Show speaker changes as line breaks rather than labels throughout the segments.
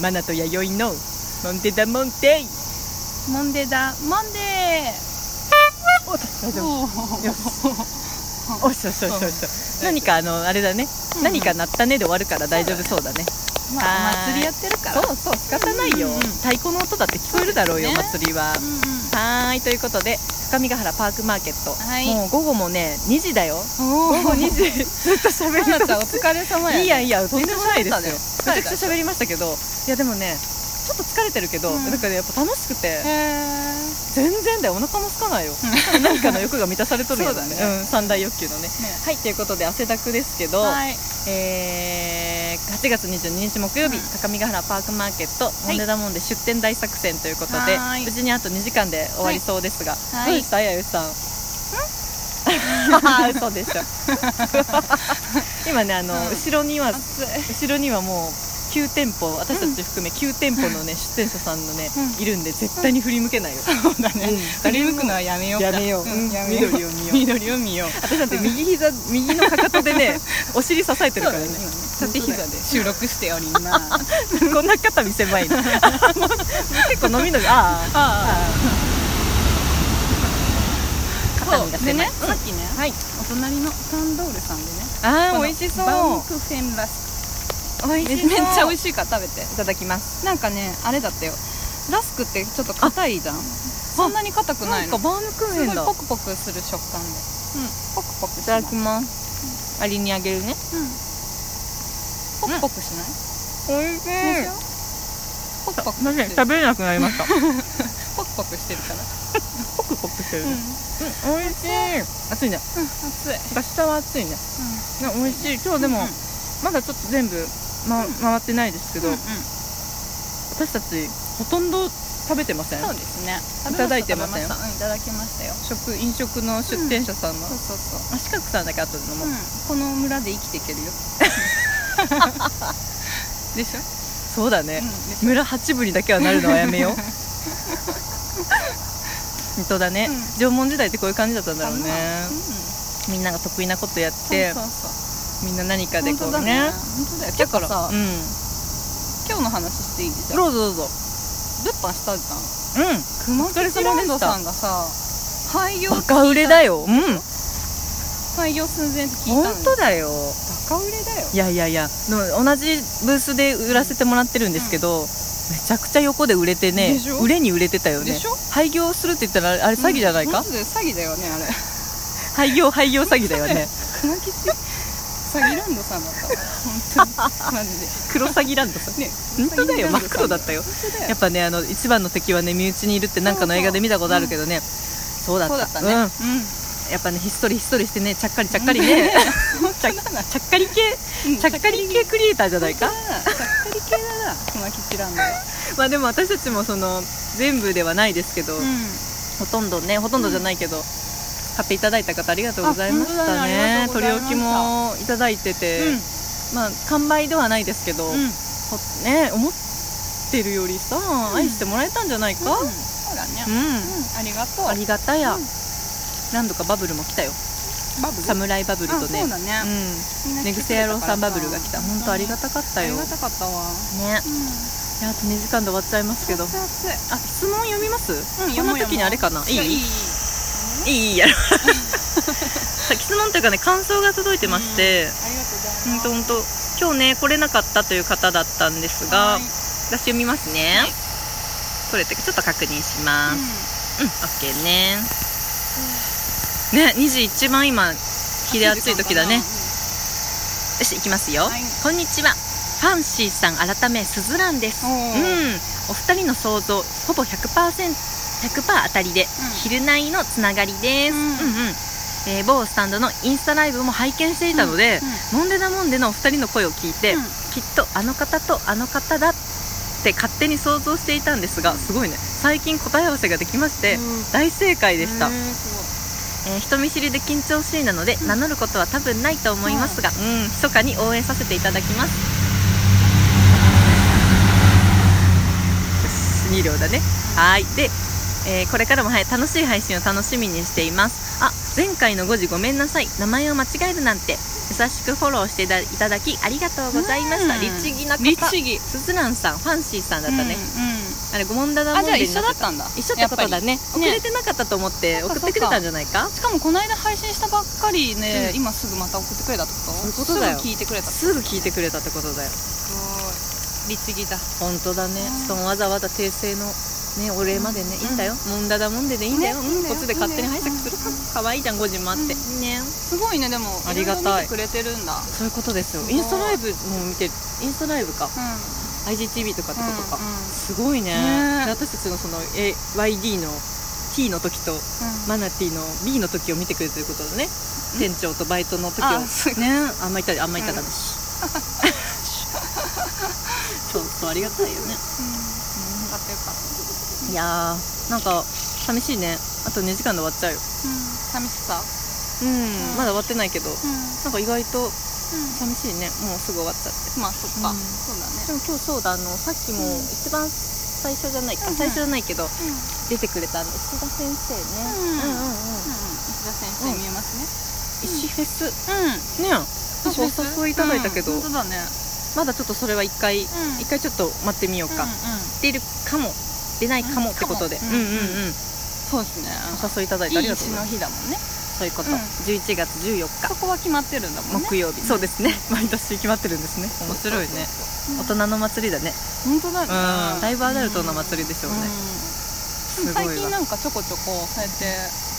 マナと弥生のモンテダモンテ イ
モンデーだモンデー
おっと大丈夫
お
よ
ー
おっしょそうそうそう何かあのあれだね、
うん
何か鳴ったねで終わるから大丈夫そうだね
まあ
はーい
お祭りやってるから
そうそう仕方ないよ、
うんうんうん
太鼓の音だって聞こえるだろうよ、
そうですね
祭りは、
うんうん
はーいということで深見ヶ原パークマーケット、
はい
もう午後もね2時だよ
お
午後
ー
2時 ずっと喋
マナ
り
ちゃんお疲れ様 や
い
ね
いやいやとんでもないですよ
め
め
っ
ち
ち
ゃ
ゃ
くちゃ喋りましたけどいやでもねちょっと疲れてるけど、
うん
なんかねやっぱ楽しくて
へー
全然だよお腹も空かないよ何かの欲が満たされとるよ
そうだね
ん、三大欲求のねはいということで汗だくですけど、
はい
えー8月22日木曜日、
うん
高見ヶ原パークマーケット、
い
モンデダモンデ出店大作戦ということで
はーい
無事にあと2時間で終わりそうですが、
はい
どうでしたあやうさん あー嘘でし ょ今ねあの、
うん
後ろには
暑い
後ろにはもう9店舗私たち含め9店舗のね、出店者さんのね、
うん
いるんで絶対に振り向けないよ、
そうだ
うん
ね振り向くのはやめようか
やめよう、
んやめよう
緑を見よう
緑を見よう
私なんて右膝右のかかとでねお尻支えてるからね
縦膝で収録しております
こんな肩見せまいな 結構飲みのびああ
あ
肩身が
あで
狭い
ねさっきね
はい
お隣のタンドールさんでね
あ
こ
あ
の
美味しそう
バウムクーフェンラス
美
ク
味しそ
めっ
う
ちゃ美
し
味しいから食べて
いいただきます
なんかねあれだったよラスクってちょっと硬いじゃんそんなに硬くないの
バウムクーい
すごいポクポクする食感でうんポクポクした
だ
ない
きますアリにあげるね
うんポクポクしない
美味しい
でしょポクポクしてる
食べれなくなりました
ポクポクしてるから
ポクポクしてる
うん
ね
うん
美味しい暑いね
熱い
明日は暑いねね美味しい今日でも
うん
まだちょっと全部ま回ってないですけど
うんうん
私たちほとんど食べてません
そうですね
いただいてません
食べした食べしたうんいただきましたよ
食飲食の出店者さんの
そうそうそう
あ四角さんだけ後で飲もう、
この村で生きていけるよでしょ、
そうだね
うん、、でしょ
村八分にだけはなるのはやめ よう本当だね、
うん
縄文時代ってこういう感じだったんだろうね
かなうん
みんなが得意なことやって
そうそうそう
みんな何かで
本
こ
当
う
だね
ね
本当だよ結構さ、
うん
今日の話していいじゃん
どうぞどうぞ
物販したじゃん
うん
熊
お疲れ
吉
様
ラ
で
ンド
し
さ
た
んがさ廃業
バカ売れだようん
廃業寸前って聞いたの
本当
だ
だよ
バカ売れだよ
いやいやいやでも同じブースで売らせてもらってるんですけど、めちゃくちゃ横で売れてね
でしょ
売れに売れてたよね
でしょ
廃業するって言ったらあれ詐欺じゃないか、
うんマジで詐欺だよねあれ
廃業廃業詐欺だよね
熊吉詐欺ランドさんだった本当にマジで
黒詐欺ランドさ
ね
本当だよ真っ黒だったよ
本当だ
や
よ
っぱねあの一番の敵はね身内にいるってなんかの映画で見たことあるけどねそうだった
そうだった
ん
ねうん、
やっぱねひっそりひっそりしてねちゃっかりちゃっかりねちゃ
本当だな
ちゃっかり系
う ん
ちゃっかり系クリエイターじゃないか
本当だなちゃっかり系だな熊吉ランドは
まあでも私たちもその全部ではないですけど、
う
ほとんどねほとんどじゃないけど、買っていただいた方ありがとうございまし
あ本当
た
だね
ね
ありが
取
とうござ
り
いま
置
し
きも
た
いただいてて、
ん
まあ完売ではないですけど、
うん
ほね思ってるよりさ、
ん
愛してもらえたんじゃないか
うんそうだね
うん、
うんありがとう
ありがたや、
うん
何度かバブルも来たよ
バブル
侍バブルと
あそ
ね
うだねみんな
寝
来てく
癖
れ
野
たか
郎さ
ら
んバブルが来た本当ありがたかった
あ
よ
り
ね
がたかったわうん
いやあと2時間で終わっちゃいますけど
熱い熱い
あ質問読みます、
うん
こ
読
ん
も
な
う
時にあれかないい
いやいいいい
いいいいやろ 質問というかね感想が届いてまして、
ありがとうござ
ほ
い
ん
ます
とほんと今日ね来れなかったという方だったんですが
はい
私読みますね、
はい
これってちょっと確認しま
うん
すうん、オッケーねね2時一番今日で暑い時だねよし行きますよ、
はい
こんにちはファンシーさん改めスズランです
お
うん
ー
お二人の想像ほぼ 100%, 100%当たりで、昼内のつながりです、う
うん
う
ん
んえー某スタンドのインスタライブも拝見していたので、モンデダモンデのお二人の声を聞いて、
うん
きっとあの方とあの方だって勝手に想像していたんですがすごいね最近答え合わせができまして、
うん
大正解でした、
へーす
えー人見知りで緊張しいなので、名乗ることは多分ないと思いますが、うん、密かに応援させていただきますよし2両だねはいでえーこれからも、はい、楽しい配信を楽しみにしていますあ前回の5時ごめんなさい名前を間違えるなんて優しくフォローしていたいただきありがとうございました
うん
律儀な方
律儀
すずらんさんファンシーさんだっ
だったた
ね
ね、、
あれごもんだ
う
なんも
あ
ん
じゃあ
でに
一
な
緒
っ
だ
て
ったたんだ
一緒ってことだね
やっぱり
遅れてなかったと思って
そっか
送
そっ
って
か
くれたんじゃないか
しかもこの間配信したばっかりね、
う
今すぐまた送ってくれたってこと
そういうことだよ
すぐ聞いてくれたす
すぐ聞いてくれたってことだよ
ごい律儀だ
本当だね
うん
しかもわざわざ訂正のねお礼までね、
うん
いいんだよもんだだもんででいいんだよ、
ねいいんだよ
こっちで勝手に拝借するか
うん
可愛いじゃん5時もあって、ね
すごいねでも
ありがたい
ろろ見てくれてるんだ
そういうことですよ
すごい
インスタライブも見てるインスタライブか
うん
IGTV とかってことか、
うんうん
すごいね
ね
で私たちのその YD の T の時と
うん
マナティの B の時を見てくれてることだね店長とバイトの時を
あそういうこ
ねあんまいたあんまいただし、 そうそうありがたいよね
うんよかったよかった
いやーなんか寂しいねあと2時間で終わっちゃうよ
寂しさ
うん、
うん
まだ終わってないけど
うん
なんか意外と寂しいねもうすぐ終わっちゃって
まあそっか、
うん
そうだね
でも今日そうだあのさっきも
うん
一番最初じゃないか、
うんうん
最初じゃないけど出てくれたあの石田先生ね、
うん
うんうんうん
石田先生見えます
石フェス
ねうん
ねなんかお誘いいただいたけど、
うん本当だね
まだちょっとそれは一回、
ん
一回ちょっと待ってみようか、
うんうん
出るかも出ないかもってことで、
う
うんん、うんうん
かもそうですね
お誘いいただいてあ
い
り
い
がとう
石
ございます
の日だもんね
そういうこと、
うん
11月14日
そこは決まってるんだもんね
木曜日、そうですね 毎年決まってるんですね面白いね大人の祭りだね
本当だね
うんだいぶアダルトな祭りでしょうね
うん
すごい
最
わ
近なんかちょこちょこそうやって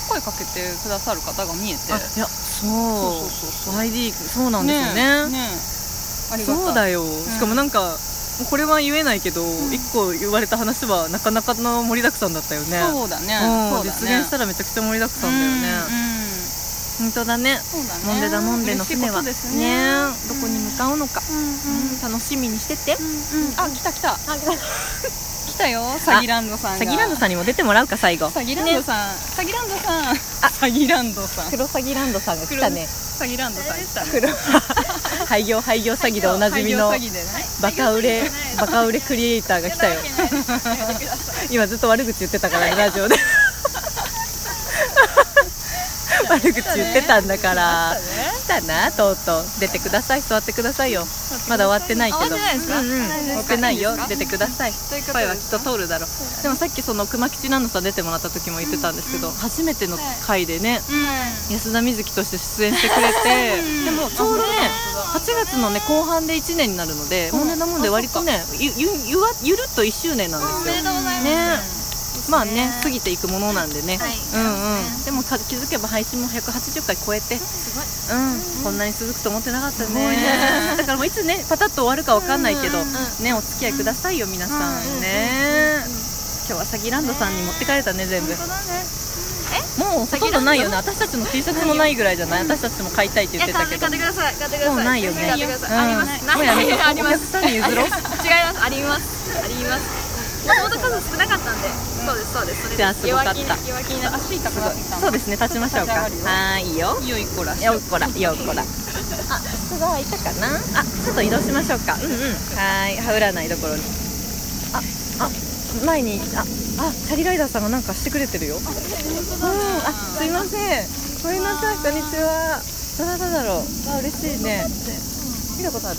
声かけてくださる方が見えて
あいやそう
そう
YD そうなんですよね
ねありがたい
そうだ
よ
よ、しかもなんかもうこれは言えないけど、
ん
一個言われた話はなかなかの盛りだくさんだったよね
そうだね
うん
そうだね
実現したらめちゃくちゃ盛りだくさんだよね、
うんうん
本当だね
そうだね。
もんでだもんでの
嬉しいこ
船は
とです
ね
ね
どこに向かうのか、
うんうん
うん楽しみにしてて、
うんうん。あ来た来た
あ
来たよ。サギランドさんが。
サギランドさんにも出てもらうか最後
サギランドさん。サギランドさん。あサギランドさん。
黒サギランドさんが来たね
サギランドさん来たね。
黒廃業廃業詐欺でおなじみの
廃業詐欺でね。
バカ売 れバカ売れクリエイターが来たよ今ずっと悪口言ってたからねラジオで 悪口言ってたんだから来たなとうとう出てください座ってくださいよまだ終わってないけど
終わってないですか
うんうん
あ
終
れですか
わってない
い
よ
いですか
出てください
ということですか
声はきっと通るだろうでもさっきその熊吉ランドさん出てもらった時も言ってたんですけど、
うん
初めての回でね、
うん。
安田瑞生として出演して くれて、でもちょうどね8月のね後半で1年になるので、
うん
もんでなもんで割とねゆゆゆわゆるっと1周年なんですよ
とうござい
ね
す。
まあね過ぎていくものなんでね、
はい
うんうんでもか気づけば配信も180回超えて、うんこんなに続くと思ってなかったね だからもういつねパタッと終わるかわかんないけど、
うんう
ねお付き合いくださいよ皆さん、
うんうん
ね、今日はサギランドさんに持ってかれたね全部
だね。
もうほとんどないよね私たちの T シャツもないぐらいじゃない私たちも買いたいって言ってたけど
買ってください買ってください
もうないよね
買ってくださいあります
うんもうやめよう
あります
お客さんに譲ろう
違いますありますありますもともと数少なかったんでそうですそうですそれ
じゃあすごかった
弱気に弱気になって
あシイタもらってきたの。
そうですね立ちましょうか
立ち上がるよ
はーいよ
よいこらし
よっこらよっこらあすごいいたかなあちょっと移動しましょうかうんうんはーいはうらないところにああ前にああチャリライダーさんがなんかしてくれてるようん、あ、すいません。ごめんなさい、こんにちは。どなただろう。あ、嬉しいね。見たことある。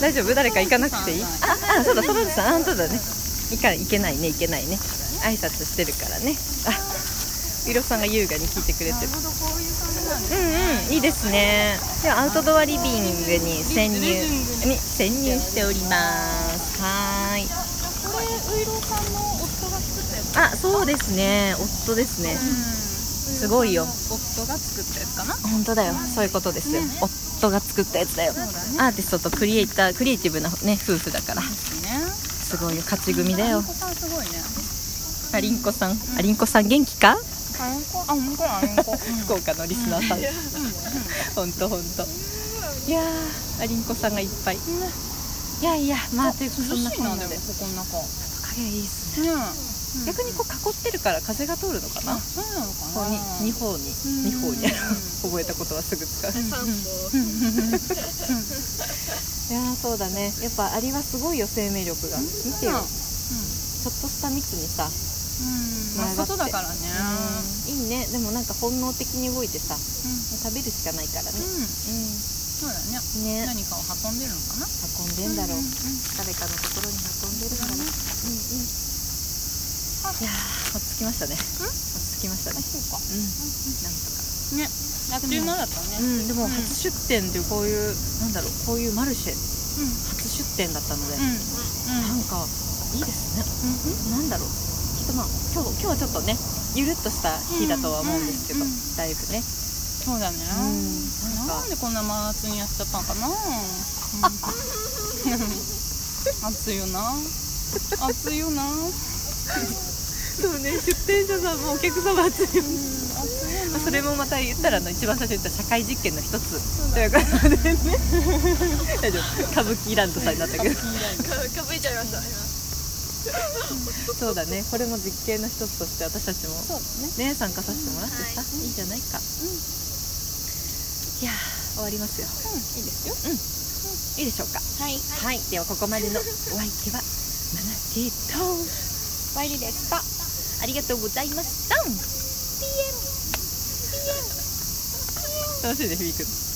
大丈夫、誰か行かなくていい。あ、あ、そうだ、トロンさん、あ、そうだね。いか、行けないね、行けないね。挨拶してるからね。あ、ウィロさんが優雅に聞いてくれてる。うんうん、いいですね。では、アウトドアリビングに潜入、に潜入しております。はーい。
これウイロさんの夫が作ったや
あ、
つ。
そうですね。夫ですね。すごいよ。
夫が作ったやつかな。
本当だよそういうことですよ、夫が作ったやつだよアーティストとクリエイタークリエイティブな、ね、夫婦だから
ね。
すごいよ勝ち組だ
あん
よ
こさんすごいね。
ありんこさんありんこさん元気か
あんこ、あんこ、あんこ。
福岡のリスナーさん 本当本当いやーありんこさんがいっぱいいやいやまあということ
涼
でそんな
しい
こ
なんで
な
も
で
ここの中。
影いいっすね
ね。
逆にこう囲ってるから風が通るのかな
あ、そうなの
こ
か
うに
な。
二方に二方に 覚えたことはすぐ使う
酸素
いやーそうだねやっぱアリはすごいよ生命力が見てよちょっとした蜜にさ
まあ
前張って
外だからね
いいねでもなんか本能的に動いてさ食べるしかないからね
うん、うん、そうだね
うんね
何かを運んでるのかな
運んでんだろう、
うんうん
誰かのところに運んでるんだろう、うんうん、いやー落ち着きましたね落ち着きましたね
あそうか
うんなんとか
ねあっという間だった
う
ね
んでも
うん
初出店っていうこういう、なんだろうこういうマルシェ
うんうん
初出店だったので、
うん
な
うん
んかいいですねなんだろうきっとまあ今日今日はちょっとねゆるっとした日だとは思うんですけど、
うんうん
だいぶね
そうだね
うんなんか
なんでこんな真夏にやっちゃったのかな暑いよな暑いよな
そうね出店者さんもお客様暑いよね
暑いよな
それもまた言ったらあの一番最初に言った社会実験の一つということでね 大丈夫歌舞伎ランドさんになったけど
かぶいちゃいました今
そうだねこれも実験の一つとして私たちも
そうだね
ね参加させてもらってさ、
はい
い、いじゃないか、いやー終わりますよ
うんいいですよ
いいでしょうか
はい
はい、ではここまでのお相手はマナティーと
ワイリでした
ありがとうございました楽しいね響くの